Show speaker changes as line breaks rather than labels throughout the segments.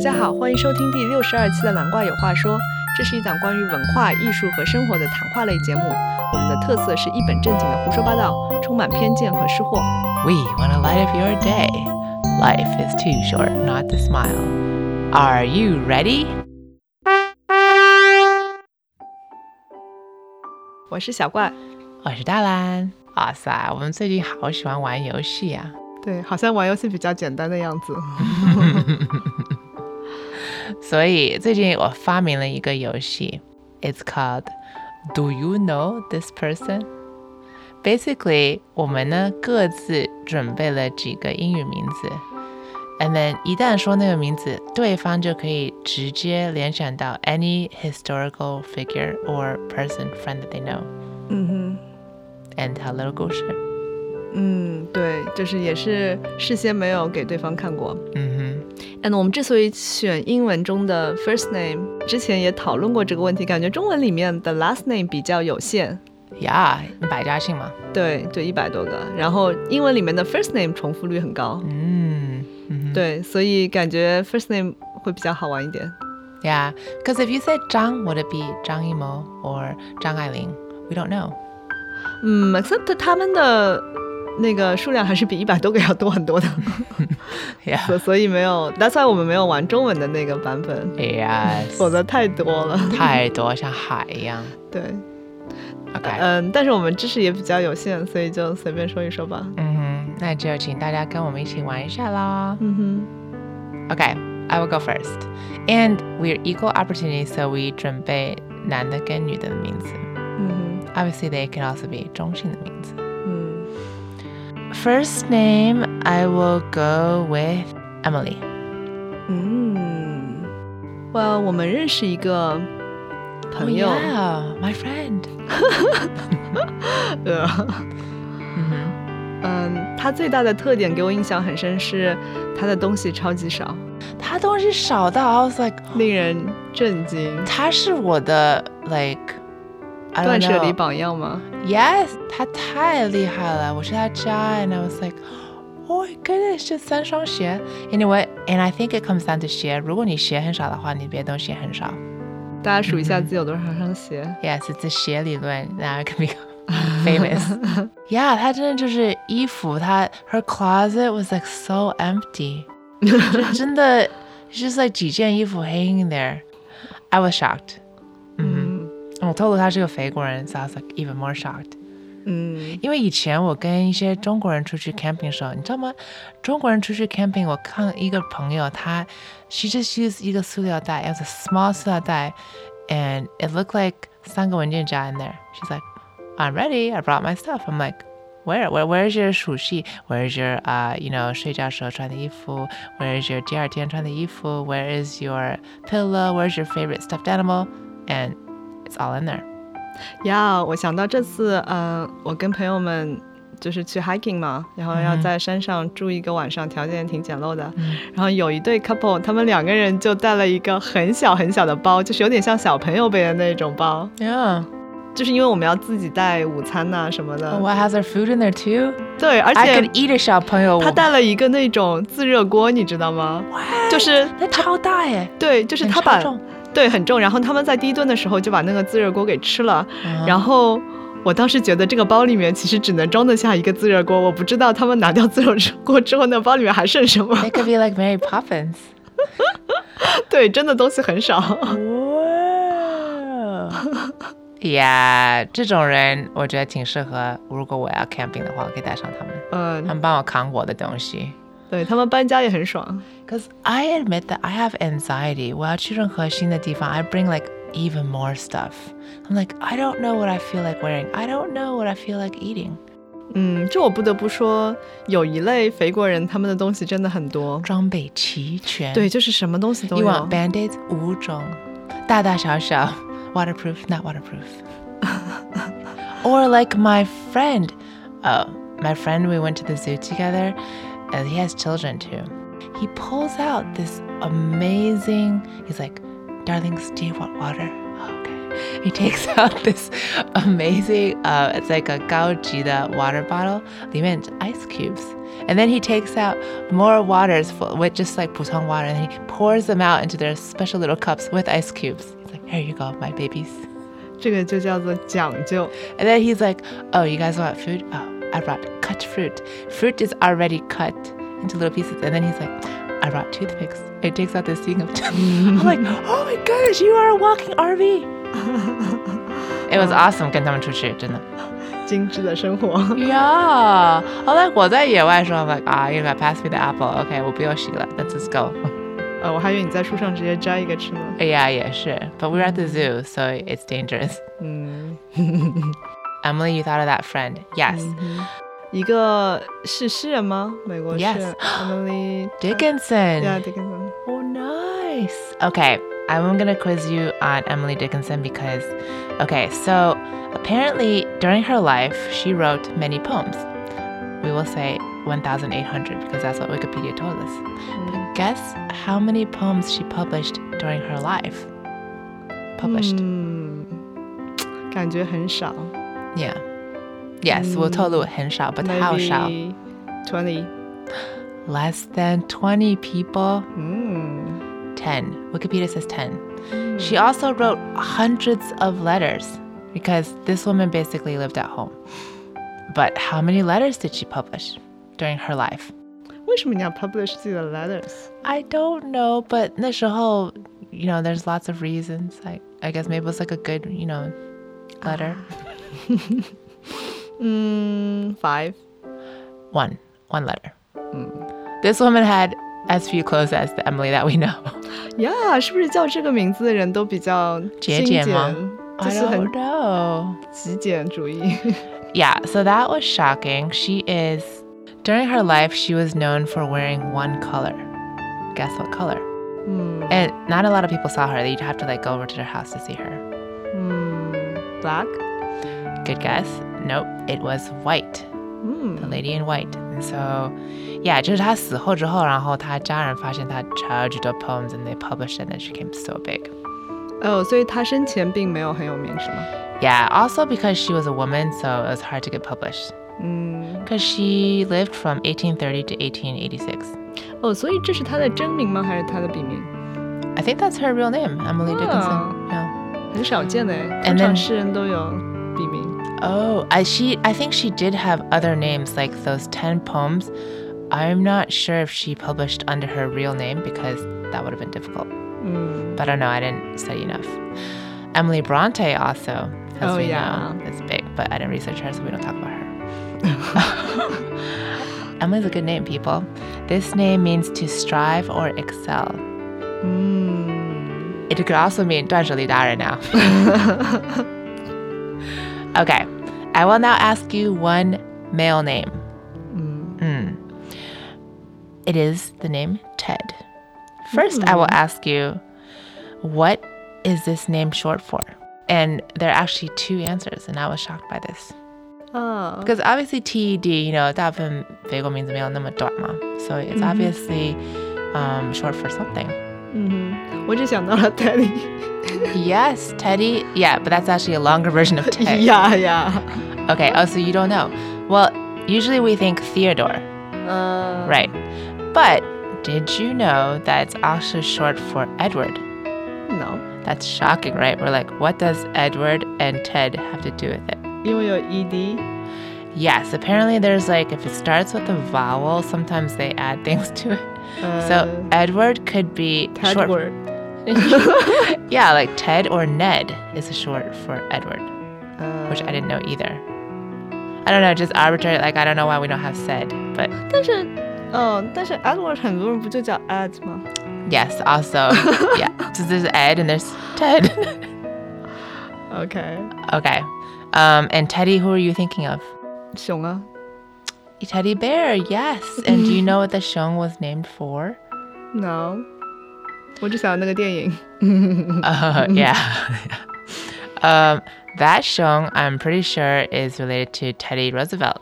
家好，欢迎收听第六十二期的《蓝怪有话说》，这是一档关于文化艺术和生活的谈话类节目。我们的特色是一本正经的胡说八道，充满偏见和失火。
We want to light up your day. Life is too short not to smile. Are you ready?
我是小怪，
我是大兰。哇塞，我们最近好喜欢玩游戏啊！
对，好像玩游戏比较简单的样子。
所以最近我发明了一个游戏，It's called Do You Know This Person? Basically，我们呢各自准备了几个英语名字，and then 一旦说那个名字，对方就可以直接联想到 any historical figure or person friend that they know
嗯
，and tell little 故事。
哼，嗯，对，就是也是事先没有给对方看过。
嗯
嗯，我们之所以选英文中的 first name，之前也讨论过这个问题，感觉中文里面的 last name 比较有限。
哼，呀，百家姓嘛。
对对，一百多个。然后英文里面的 first name 重复率很高，
嗯，嗯哼。
对，所以感觉 first name 会比较好玩一点。
Yeah, because if you said Zhang, would it be Zhang Yimou or Zhang Ailing? We don't know.
嗯，except 他们的那个数量还是比一百多个要多很多的，
Yeah.
所所以没有，that's why 我们没有玩中文的那个版本，
Yes.
否则太多了。
太多像海一样。
对，
OK，、
嗯，但是我们知识也比较有限，所以就随便说一说吧。
Mm-hmm. 嗯哼，那就请大家跟我们一起玩一下啦。OK，I、okay,
嗯哼，
will go first. And we're equal opportunity, so we 准备男的跟女的的名字。Obviously,
嗯
they can also be 中性的名字。First
哼，嗯
name, I will go with Emily.
嗯，哇，我们认识一个朋友
Oh,，yeah, my friend.
呃。
嗯哼。
嗯，它最大的特点给我印象很深是它的东西超级少，
他东西少到 I was like，
令人震惊。
他是我的 like
断舍离。榜样吗？
Yes，他太厉害了，我去他家，and I was like。Oh my goodness，这三双鞋。Anyway，and I think it comes down to 鞋。如果你鞋很少的话，你别的东西也很少。
大家数一下自己有多少双鞋。
Yes，it's a 鞋理论，now it can be famous。Yeah，她真的就是衣服，她 her closet was like so empty，就真的就是 like 几件衣服 hanging there。I was shocked。
嗯
我透露他是个肥国人，so I was like even more shocked。
嗯
因为以前我跟一些中国人出去 camping 的时候，你知道吗？中国人出去 camping，我看一个朋友，他 she just used 一个塑料袋，it was a small 塑料袋，and it looked like 三个文件夹 in there。She's like, I'm ready. I brought my stuff. I'm like. Where, where, where is your 属性？Where is your 啊、y o u know，睡觉时候穿的衣服？Where is your 第二天穿的衣服？Where is your pillow? Where is your favorite stuffed animal? And it's all in there.
呀我想到这次，嗯、我跟朋友们就是去 hiking 嘛，然后要
嗯
在山上住一个晚上，条件也挺简陋的。
嗯
然后有一对 couple，他们两个人就带了一个很小很小的包，就是有点像小朋友背的那种包，
Yeah.
就是因为我们要自己带午餐呐、什么的。
Oh, what has their food in there too?
对，而
I
且
could eat a 小朋友，
哎他带了一个那种自热锅，你知道吗？就是
那超大耶，
对，就是
很
他
超
把
重
对很重，然后他们在第一顿的时候就把那个自热锅给吃了，
啊
然后。我当时觉得这个包里面其实只能装得下一个自热锅，我不知道他们拿掉自热锅之后，那包里面还剩什么。
It could be like Mary Poppins.
对，真的东西很少。
哇 Yeah，这种人我觉得挺适合。如果我要 camping 的话，我可以带上他们，他
嗯，
们帮我扛我的东西。
对他们搬家也很爽。
Cause I admit that I have anxiety. 我要去任何新的地方，I bring like even more stuff. I'm like, I don't know what I feel like wearing. I don't know what I feel like eating.
嗯，这我不得不说，有一类肥国人，他们的东西真的很多。
装备齐全。
对，就是什么东西都
以
有。
往 Band-Aids 五种，大大小 小，waterproof not waterproof。Or like my friend, oh, my friend, we went to the zoo together, and he has children too. He pulls out this amazing. He's like, "Darlings, do you want water?" Oh, Okay. he takes out this amazing, uh, it's like a gaojida water bottle, 里面 ice cubes. And then he takes out more waters full, with just like 普通 water, and he pours them out into their special little cups with ice cubes. He's like, here you go, my babies.
这个就叫做讲究。
And then he's like, oh, you guys want food? Oh, I brought cut fruit. Fruit is already cut into little pieces. And then he's like, I brought toothpicks. It takes out this thing of I'm like, oh my gosh, you are a walking RV. It was awesome 跟他们出去，真的。
精致的生活。
Yeah. I'm like 我在野外的时候 I'm like, ah, you're gonna pass me the apple. Okay, 我不要洗了. Let's just go.
呃，我还以为你在树上直接摘一个吃呢。
Yeah, yeah, sure. But we're at the zoo, so it's dangerous.
嗯，
Emily, you thought of that friend. Yes.
Mm. 一个是诗人吗？美国诗
Yes. 嗯
人 Emily
Dickinson.
Yeah, Dickinson.
Oh, nice. Okay, I'm gonna quiz you on Emily Dickinson because, okay, so apparently during her life, she wrote many poems. We will say 1,800 because that's what Wikipedia told us. But guess how many poems she published during her life? Published.
嗯，感觉很少。
Yeah. Yes, we'll tell you 很少, but how 少?
Twenty.
Less than 20 people.
嗯
10. Wikipedia says 10. She also wrote hundreds of letters because this woman basically lived at home. But how many letters did she publish during her life?
为什么你要 publish 自己的 letters？
I don't know, but 那时候, you know, there's lots of reasons. I, I guess maybe it was like a good, you know, letter.
嗯，five.
One. One letter. This woman had as few clothes as the Emily that we know.
Yeah，是不是叫这个名字的人都比较
节
精
俭吗
就
I
是很
don't know.
极简主义。
Yeah, so that was shocking. She is, during her life, she was known for wearing one color. Guess what color?
嗯
And not a lot of people saw her. You'd have to like go over to their house to see her.
嗯，black.
Good guess? Nope, it was white.
嗯
The lady in white. And so, yeah, 就是她死后之后，然后她家人发现她超级多 poems and they published it and then she became so big.
哦，所以他生前并没有很有名，是吗？
Yeah, also because she was a woman, so it was hard to get published.
嗯，
Because she lived from 1830 to 1886.
哦，所以这是他的真名吗？还是他的笔名？
I think that's her real name, Emily
Oh.
Dickinson. Yeah.
很少见的哎，通
And then-
常诗人都有笔名。
Oh, I, she. I think she did have other names like those ten poems. I'm not sure if she published under her real name because that would have been difficult.
嗯
But I don't know. I didn't study enough. Emily Bronte also, as
Oh,
we
yeah.
know, is big, but I didn't research her, so we don't talk about her. Emily's a good name, people. This name means to strive or excel.
嗯
It could also mean 断舍离达人 now. okay, I will now ask you one male name.
嗯
Mm. It is the name Ted. First, I will ask you, what is this name short for? And there are actually two answers, and I was shocked by this.
啊
Because obviously TED, you know, 大部分美国名字没有那么短嘛. So it's obviously um, short for something.
嗯哼，我只想到了 Teddy。
yes, Teddy. Yeah, but that's actually a longer version of Ted.
呀呀，
Okay, oh, so you don't know. Well, usually we think Theodore,
嗯
right? But did you know that it's also short for Edward?
，no，
That's shocking, right? We're like, what does Edward and Ted have to do with it?
因为有 E ed。
Yes, apparently there's like, if it starts with a vowel, sometimes they add things to it.
呃
So Edward could be short.
Tedward。
Yeah, like Ted or Ned is a short for Edward, which
呃，
I didn't know either. I don't know, just arbitrary. Like, I don't know why we don't have said, but
但是，嗯，但是 Edward 很多人不就叫 Ed 吗？
Yes, also, yeah. So there's Ed and there's Ted.
OK，
okay. Um, and Teddy, who are you thinking of?
熊啊，
Teddy Bear, yes. And do you know what the Shung was named for?
No，我只想要那个电影。
Uh, yeah. um, that Shung, I'm pretty sure, is related to Teddy Roosevelt.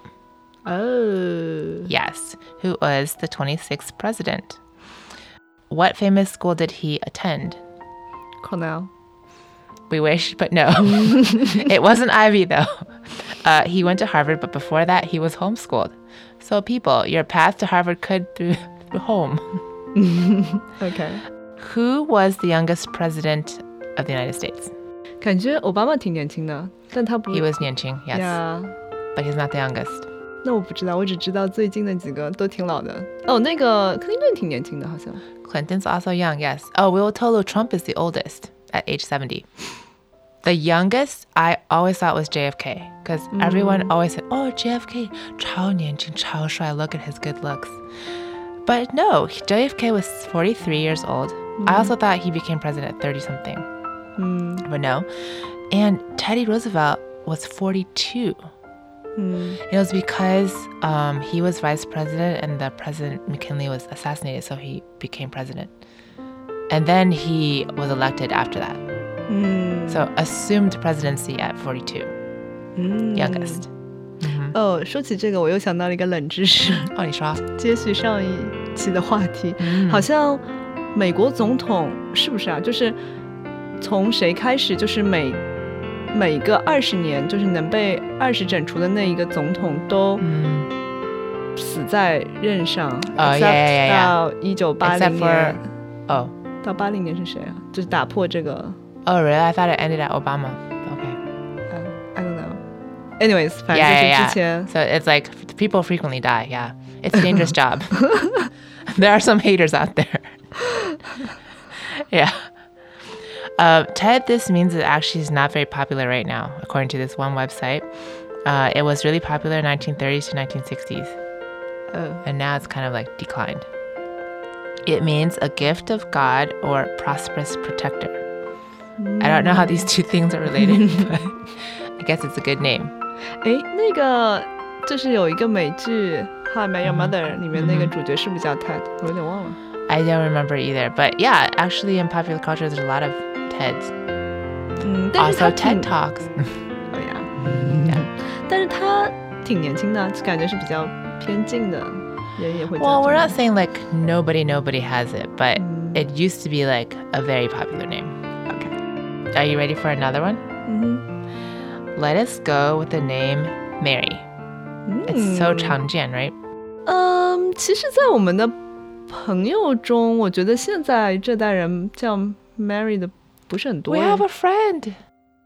哦，
Yes, who was the 26th president. What famous school did he attend?
Cornell
We wish, but no. it wasn't Ivy, though. Uh, he went to Harvard, but before that, he was homeschooled. So, people, your path to Harvard could through through home.
OK，
Who was the youngest president of the United States?
感觉奥巴马挺年轻的，但他不
He was Nianqing, yes,
呀
but he's not the youngest.
那我不知道，我只知道最近的几个都挺老的。哦，那个克林顿挺年轻的，好像。
Clinton's also young, yes. Oh, we will tell you Trump is the oldest at age 70. The youngest I always thought was JFK because everyone always said, oh, JFK, 超年轻,超帅, look at his good looks. But no, JFK was 43 years old. I also thought he became president at 30 something,
嗯
but no. And Teddy Roosevelt was 42.
嗯
It was because um, he was vice president and the president McKinley was assassinated, so he became president. And then he was elected after that.
嗯
So assumed presidency at 42,
嗯
youngest.
哦，说起这个，我又想到了一个冷知识，
Oh, you saw?
接续上一期的话题，好像美国总统是不是啊？就是从谁开始，就是每每个二十年，就是能被二十整除的那一个总统都
Mm.
死在任上、
哦
e x
yeah,
c
yeah,
e p
yeah.
t 到一九八
Except
零
for
年，
oh,
到八零年是谁啊？就是打破这个，
oh really? I thought it ended at Obama. Okay.
嗯、i don't know。Anyways，反正就
Yeah,
是
yeah,
之前
yeah. So it's like f- people frequently die. Yeah, it's a dangerous job. there are some haters out there. yeah. Uh, Ted, this means it actually is not very popular right now, according to this one website. Uh, it was really popular in 1930s to 1960s,
呃
and now it's kind of like declined. It means a gift of God or prosperous protector. I don't know how these two things are related, but I guess it's a good name.
哎，那个就是有一个美剧《How I Met
嗯
Your Mother》里面那个主角是不是叫 Ted？我有点忘了。
I don't remember either, but yeah, actually in popular culture, there's a lot of TEDs.
嗯，但是
Also
他挺
哦 TED Talks.
哎呀，但是他挺年轻的，啊就感觉是比较偏近的人也会叫
well,
这
we're
个
not saying like nobody, nobody has it, but
Mm.
it used to be like a very popular name.
OK，
Are you ready for another one?
嗯
Let us go with the name Mary.
哼
It's so
嗯
Changjian, right?
嗯，其实，在我们的朋友中，我觉得现在这代人叫 Mary 的不是很多
We
耶。
have a friend.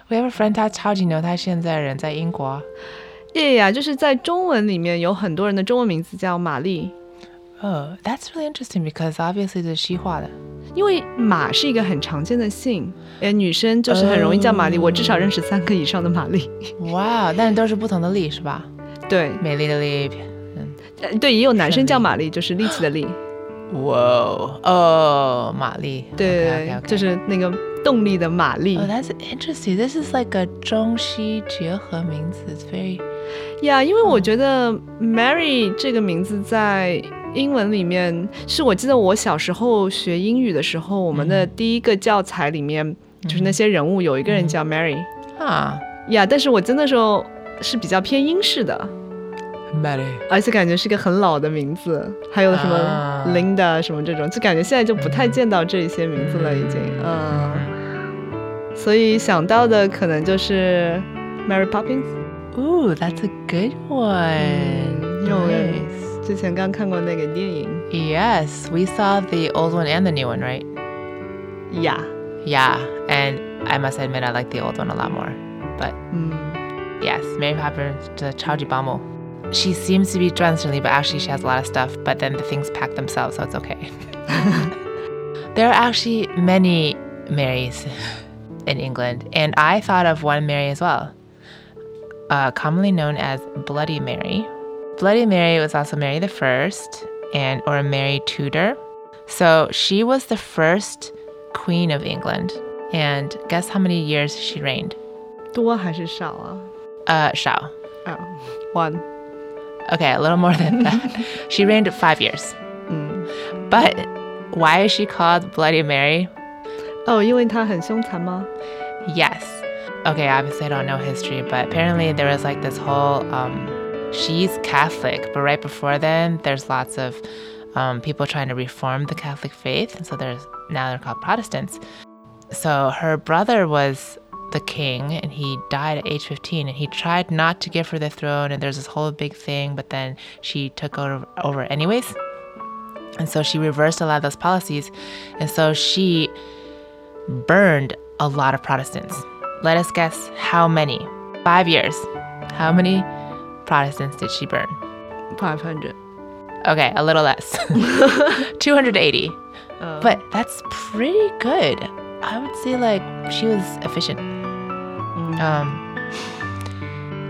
We have a friend, 她超级牛，她现在人在英国。
对呀，就是在中文里面有很多人的中文名字叫玛丽，
Oh, that's really interesting because obviously the 西化的。
因为马是一个很常见的姓，哎，女生就是很容易叫玛丽。我至少认识三个以上的玛丽。
Wow,
对，
但都是不同的力是吧？美丽的丽。嗯。Whoa.
呃对，也有男生叫玛丽，就是力气的力。
Oh, 玛丽。
对
Okay, okay, okay.
就是那个动力的马力
Oh, that's interesting. This is like a 中西结合名词. It's very
呀。因为我觉得 Mary 这个名字在英文里面，是我记得我小时候学英语的时候，我们的第一个教材里面，就是那些人物有一个人叫 Mary
huh.
呀。但是我真的时候是比较偏英式的，
Mary.
而且感觉是个很老的名字，还有什
啊嗯
么 Linda 什么这种，就感觉现在就不太见到这些名字了，已经，
Mm-hmm.
嗯，所以想到的可能就是 Mary Poppins。
Ooh, that's a good one.
Mm, no way.
Nice.
之前刚看过那个电影
Yes, we saw the old one and the new one, right?
呀
Yeah, and I must admit I like the old one a lot more. But
嗯
yes, Mary Poppins, the 超级保姆. She seems to be transiently, but actually she has a lot of stuff. But then the things pack themselves, so it's okay. there are actually many Marys in England, and I thought of one Mary as well, uh, commonly known as Bloody Mary. Bloody Mary was also Mary the First and or Mary Tudor. So she was the first queen of England, and guess how many years she reigned?
多还是少啊？
Uh, Shao.
啊，one，
Okay, a little more than that. she reigned five years.
嗯，
But why is she called Bloody Mary?
哦，因为他很凶残吗？
Yes. Okay, obviously I don't know history, but apparently there was like this whole um, she's Catholic, but right before then there's lots of um, people trying to reform the Catholic faith, and so there's now they're called Protestants. So her brother was the king and he died at age 15 and he tried not to give her the throne and there's this whole big thing but then she took over, over anyways and so she reversed a lot of those policies and so she burned a lot of protestants let us guess how many five years how many protestants did she burn
500.
okay a little less 280
Uh,
but that's pretty good. I would say like she was efficient. Um,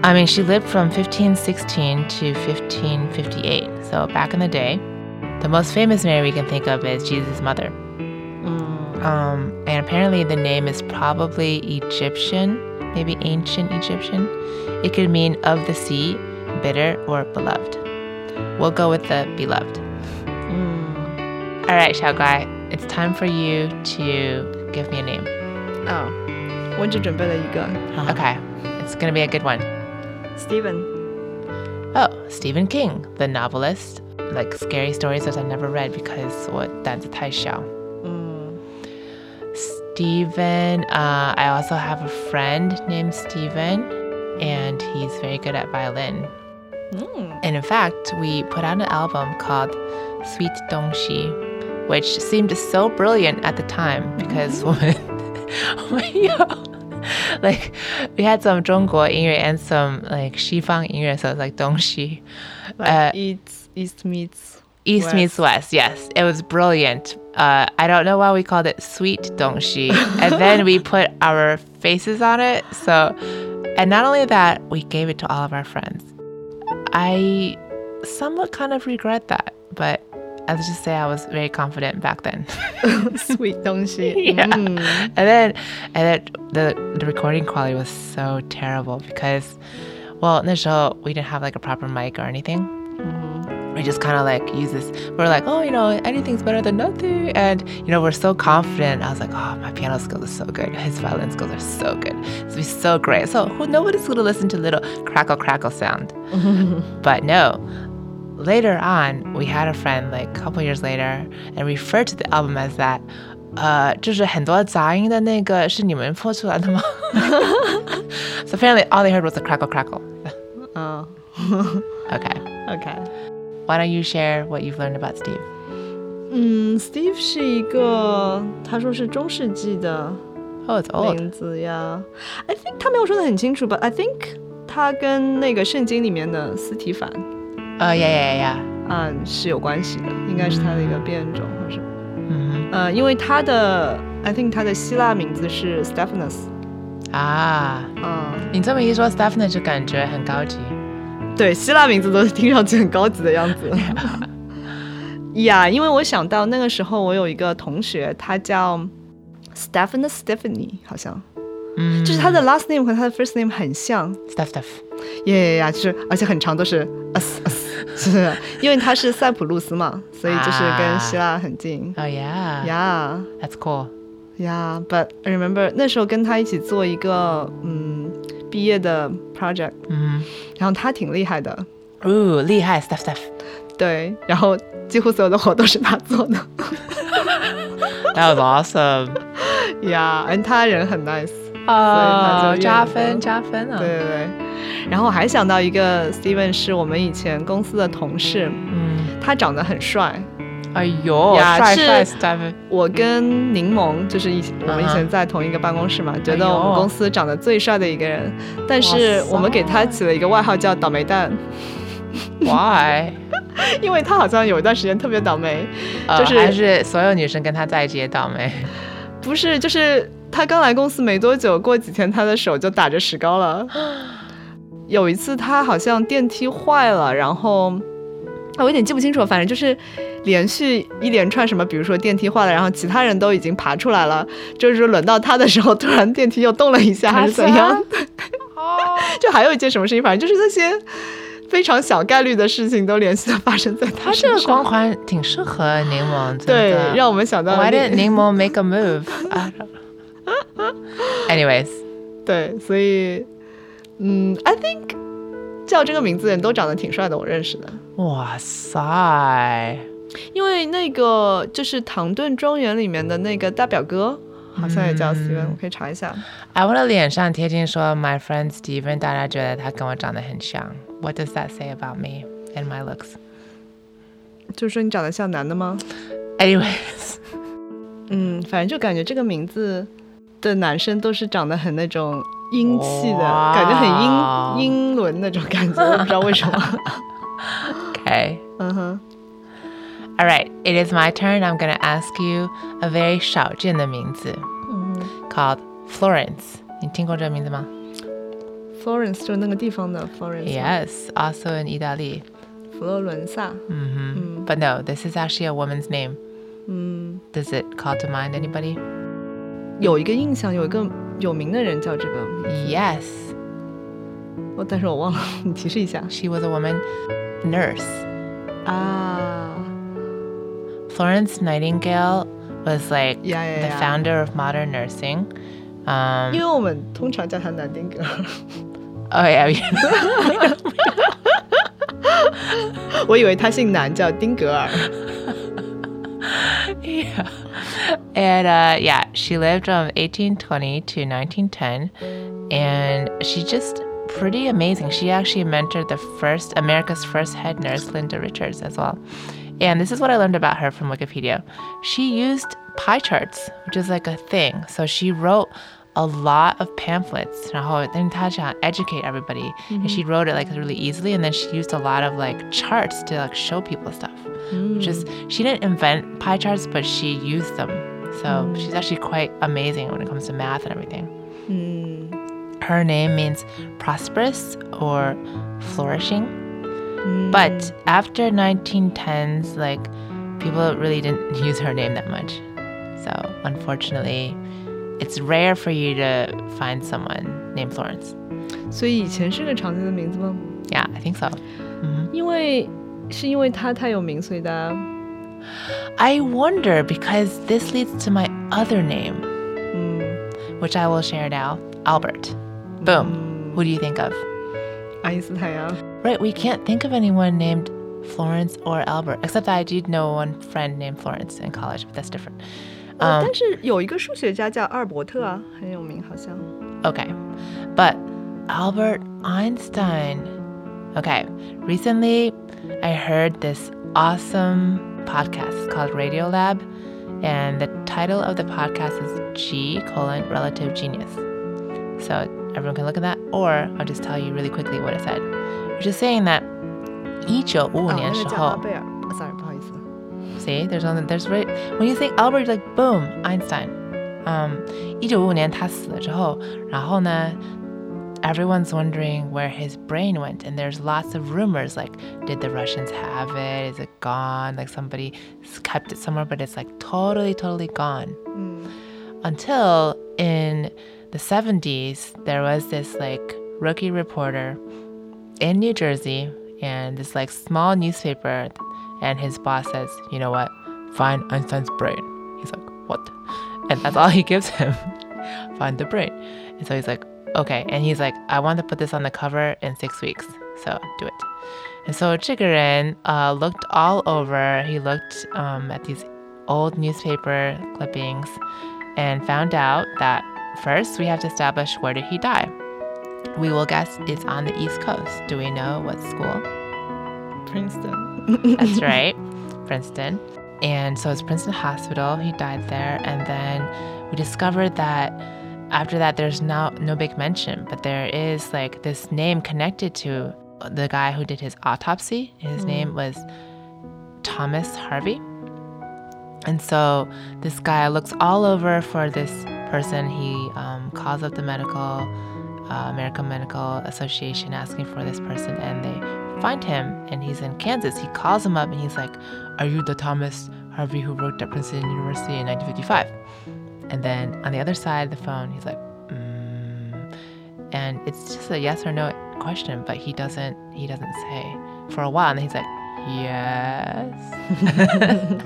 I mean, she lived from 1516 to 1558. So back in the day, the most famous Mary we can think of is Jesus' mother.
mm,
Um, and apparently, the name is probably Egyptian, maybe ancient Egyptian. It could mean of the sea, bitter, or beloved. We'll go with the beloved.
mm.
All right, Guy, it's time for you to give me a name.
哦，我只准备了一个
Okay, it's gonna be a good one.
Steven。
Oh, Stephen King, the novelist. Like scary stories that I never read because 我胆子太小.
嗯
Stephen, uh, I also have a friend named Stephen, and he's very good at violin.
嗯
And in fact, we put out an album called Sweet Dongxi, which seemed so brilliant at the time because 我们 like we had some 中国音乐 and some like 西方音乐, so it's like 东西.呃
，like East East meets
East meets West, yes. It was brilliant. Uh, I don't know why we called it Sweet Dongxi. and then we put our faces on it. So, and not only that, we gave it to all of our friends. I somewhat kind of regret that, but I'll just say I was very confident back then.
sweet 东西。
Yeah.
嗯
and then, and then the, the recording quality was so terrible because, well, in the show, we didn't have like a proper mic or anything.
嗯
we just kind of like use this we're like oh you know anything's better than nothing and you know we're so confident i was like oh my piano skills are so good his violin skills are so good it's be so great so who nobody's gonna listen to little crackle crackle sound but no later on we had a friend like a couple years later and referred to the album as that uh, 就是很多杂音的那个是你们播出来的吗？so apparently all they heard was the crackle crackle
嗯
okay
，OK。
why don't you share what you've learned about steve
嗯，Steve 是一个，他说是中世纪的
Oh, it's old.
名字呀。I think 他没有说的很清楚吧？I think 他跟那个圣经里面的斯提凡
Oh, yeah, yeah, yeah.
啊、是有关系的，应该是他的一个变种，或者
hmm
呃，因为他的 I think 他的希腊名字是 Stephanus，
Ah,
嗯，
你这么一说，Stephanie 就感觉很高级。
对，希腊名字都听上去很高级的样子。呀因为我想到那个时候，我有一个同学，他叫 Stephanus Stephanie，好像
嗯
就是他的 last name 和他的 first name 很像，
Steph Steph。
耶呀呀，就是而且很长，都是啊嘶啊嘶， 是因为他是塞浦路斯嘛，所以就是跟希腊很近。
Oh yeah,
Yeah,
that's cool.
yeah, but I remember 那时候跟他一起做一个嗯毕业的 project，
嗯、
然后他挺厉害的，
Mm-hmm. Ooh, 厉害 Steph Steph.
对，然后几乎所有的活都是他做的。
That was awesome.
Yeah，而他人很 nice，所以
哦，
他就越
加分加分啊。
对对对。然后我还想到一个 Steven 是我们以前公司的同事，他长得很帅，
嗯，哎呦，
呀，
帅
是
帅 Steph。
我跟柠檬就是以前我们以前在同一个办公室嘛，觉得我们公司长得最帅的一个人，但是我们给他起了一个外号叫“倒霉蛋
Why？”，
因为他好像有一段时间特别倒霉，就是-
还是所有女生跟他在一起也倒霉。
不是，就是他刚来公司没多久，过几天他的手就打着石膏 了。有一次他好像电梯坏了，然后啊我有点记不清楚，了，反正就是连续一连串什么，比如说电梯坏了，然后其他人都已经爬出来了，就是说轮到他的时候，突然电梯又动了一下，还是怎 样？
哦，
就还有一件什么事情，反正就是那些非常小概率的事情都连续的发生在他身上。
他这个光环挺适合柠檬，真的。
对，让我们想到了
Why
那
didn't Nemo make a move? I don't Anyways,
对，所以嗯，I think 叫这个名字的人都长得挺帅的，我认识的。
哇塞，
因为那个就是《唐顿庄园》里面的那个大表哥，好像也叫 Steven，、我可以查一下。
I want to 脸上贴金说 My friend Steven，大家觉得他跟我长得很像。What does that say about me and my looks?
就是说你长得像男的吗？
Anyways,
嗯，反正就感觉这个名字的男生都是长得很那种英气的
哇
感觉，很英英伦那种感觉，我不知道为什么。
okay.
嗯哼，
All right, it is my turn. I'm going to ask you a very 少见的名字
嗯哼
called Florence. 你听过这个名字吗？
，Florence 就是那个地方的 Florence，
Yes, also in Italy.
佛罗伦萨。
hmm But no, this is actually a woman's name.
嗯，
Does it call to mind anybody?
有一个印象，有一个有名的人叫这个名，
Yes,
我但是我忘了， 你提示一下
she was a woman nurse.
啊。
Florence Nightingale was like
Yeah, yeah,
the
yeah.
founder of modern nursing.
因
Um,
为我们通常叫他南丁格尔，
oh yeah,
我以为他姓南，叫丁格尔。
yeah. And uh, yeah, she lived from 1820 to 1910, and she's just pretty amazing. She actually mentored the first America's first head nurse, Linda Richards, as well. And this is what I learned about her from Wikipedia. She used pie charts, which is like a thing. So she wrote a lot of pamphlets and then to educate everybody. And she wrote it like really easily and then she used a lot of like charts to like show people stuff. Which is she didn't invent pie charts, but she used them. So she's actually quite amazing when it comes to math and everything. Her name means prosperous or flourishing. But after 1910s, like people really didn't use her name that much. So unfortunately, it's rare for you to find someone named Florence.
所以以前是个常见的名字吗？
Yeah, I think so.
因为是因为他太有名，所以大家
I wonder because this leads to my other name,
嗯
which I will share now, Albert. Boom. Who do you think of?
爱因斯坦呀、
Right, we can't think of anyone named Florence or Albert, except I did know one friend named Florence in college, but that's different.
呃但是有一个数学家叫阿尔伯特啊，很有名，好像。
Um, Okay. But Albert Einstein. Okay. Recently, I heard this awesome podcast It's called Radio Lab. And the title of the podcast is G colon relative genius. So everyone can look at that. Or I'll just tell you really quickly what it said. Which is saying that
哦，那个叫阿
1955
贝尔。啊 sorry，不好意思。
See, there's only there's right when you think Albert, you're like boom, Einstein. Um, 1955年他死了之后，然后呢，everyone's wondering where his brain went, and there's lots of rumors like, did the Russians have it? Is it gone? Like somebody s- kept it somewhere, but it's like totally, totally gone.
嗯
Until in the 70s, there was this like rookie reporter in New Jersey and this like small newspaper and his boss says, you know what? Find Einstein's brain. He's like, what? And that's all he gives him. Find the brain. And so he's like, okay. And he's like, I want to put this on the cover in six weeks. So do it. And so Chigarin uh, looked all over. He looked um, at these old newspaper clippings and found out that first we have to establish where did he die. We will guess it's on the East Coast. Do we know what school?
，Princeton。
That's right, Princeton. And so it's Princeton Hospital. He died there, and then we discovered that after that, there's now no big mention, but there is like this name connected to the guy who did his autopsy. His name was Thomas Harvey. And so this guy looks all over for this person. He um, calls up the medical, uh, American Medical Association asking for this person, and they find him. And he's in Kansas. He calls him up and he's like, Are you the Thomas Harvey who worked at Princeton University in 1955? And then on the other side of the phone, he's like, mm. and it's just a yes or no question, but he doesn't he doesn't say for a while, and then he's like, yes,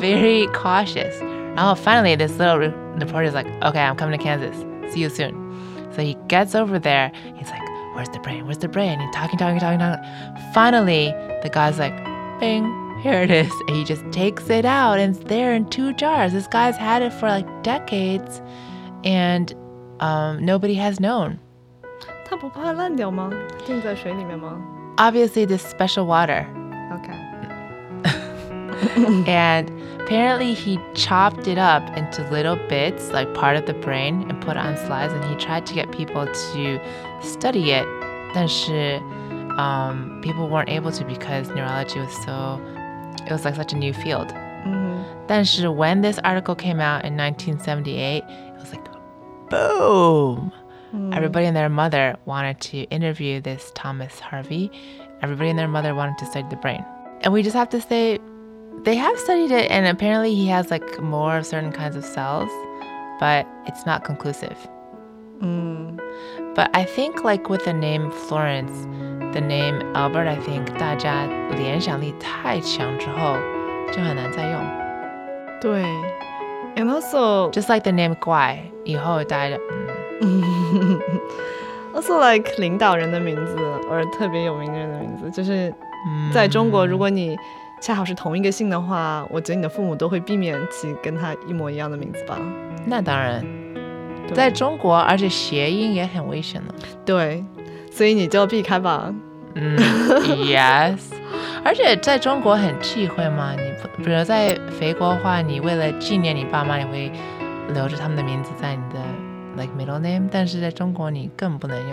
very cautious. Oh, finally, this little re- reporter's like, okay, I'm coming to Kansas. See you soon. So he gets over there. He's like, where's the brain? Where's the brain? He's talking, talking, talking, talking. Finally, the guy's like, bing, here it is. And he just takes it out and it's there in two jars. This guy's had it for like decades and um, nobody has known.
它不怕烂掉吗？它浸在水里面吗
Obviously, this special water.
？OK，
and apparently, he chopped it up into little bits, like part of the brain, and put it on slides. And he tried to get people to study it. 但是, um, people weren't able to because neurology was so, it was like such a new field.
嗯
但是 when this article came out in 1978, it was like, boom!
哼，嗯
Everybody and their mother wanted to interview this Thomas Harvey. Everybody and their mother wanted to study the brain. And we just have to say, they have studied it, and apparently he has like more of certain kinds of cells, but it's not conclusive.
嗯
But I think like with the name Florence, the name Albert, I think 大家联想力太强之后就很难再用。
对，and also
Just like the name Guai, mm, 以后大家就-
also like 领导人的名字，或者特别有名的人的名字，就是在
嗯
中
mm,
国，如果你恰好是同一个姓的话，我觉得你的父母都会避免起跟他一模一样的名字吧。对。
那当然，在中国，而且谐音也很危险呢。嗯
对，所以你就避开吧。
嗯，yes，而且在中国很忌讳嘛。你不，比如在肥国的话，你为了纪念你爸妈，你会留着他们的名字在你的 like middle name，但是在中国你更不能用。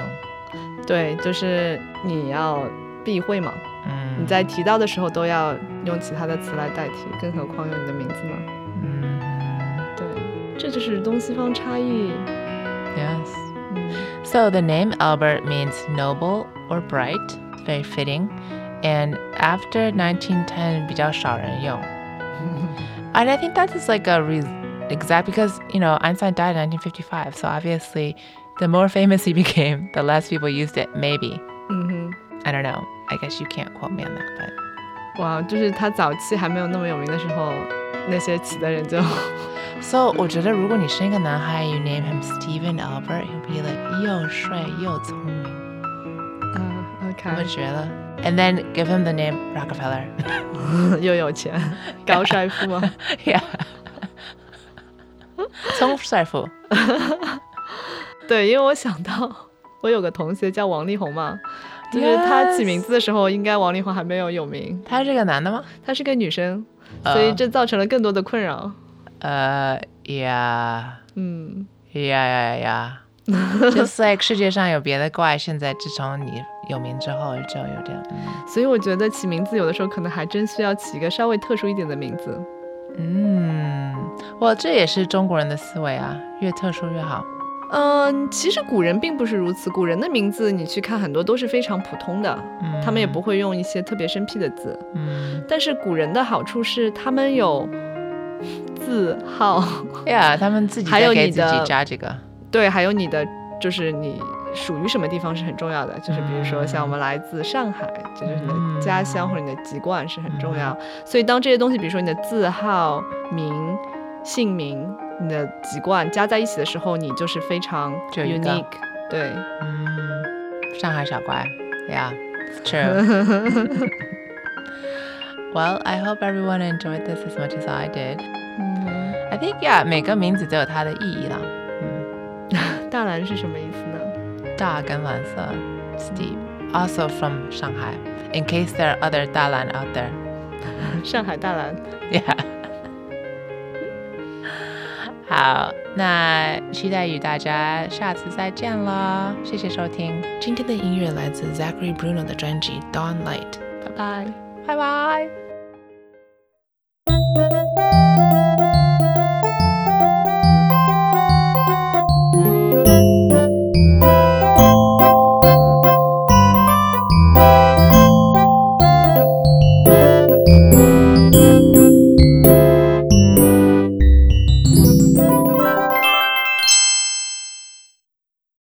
嗯，
对，就是你要避讳嘛，
嗯
你在提到的时候都要用其他的词来代替，更何况用你的名字呢？
嗯
对，这就是东西方差异。
，yes。
嗯
So the name Albert means noble or bright, very fitting, and after 1910, 比较少人用. and I think that is like a re- exact because you know Einstein died in 1955, so obviously the more famous he became, the less people used it. Maybe
嗯哼。
I don't know. I guess you can't quote me on that, but.
哇，就是他早期还没有那么有名的时候，那些起的人就
So 我觉得如果你生一个男孩 you name him Stephen Albert, he'll be like 又帅又聪明。你不觉得？
啊，OK，
And then give him the name Rockefeller.
又有钱，高帅富啊。
Yeah. 聪帅傅。
对，因为我想到我有个同学叫王力宏嘛，就是他起
Yes
名字的时候，应该王力宏还没有有名，她是个女生，所以这造成了更多的困扰。
他是个男的吗？呃，yeah,
嗯，
yeah, yeah, yeah. Just like 世界上有别的怪，现在自从你有名之后就有点，嗯。
所以我觉得起名字有的时候可能还真需要起一个稍微特殊一点的名字。
嗯，well，这也是中国人的思维啊，越特殊越好。
嗯，其实古人并不是如此，古人的名字你去看很多都是非常普通的，
嗯，
他们也不会用一些特别生僻的字。
嗯
但是古人的好处是他们有 字号，
，Yeah，他们自己
还有
在给
你
自己
的
加这个，
对，还有你的就是你属于什么地方是很重要的，就是比如
嗯
说像我们来自上海，这就是你的家乡或者你的籍贯是很重要。
嗯
所以当这些东西，比如说你的字号、名、姓名、你的籍贯加在一起的时候，你就是非常
就一个
unique。对，
嗯，上海小乖，Yeah, it's true. well, I hope everyone enjoyed this as much as I did.
嗯，
I think yeah，每个名字都有它的意义啦。嗯，
大蓝是什么意思呢？
大跟蓝色，Steve also from Shanghai. In case there are other Dalan out there,
上海大蓝，
yeah. 好，那期待与大家下次再见啦！谢谢收听。今天的音乐来自 Zachary Bruno 的专辑《Dawn Light》，
拜拜。
拜拜。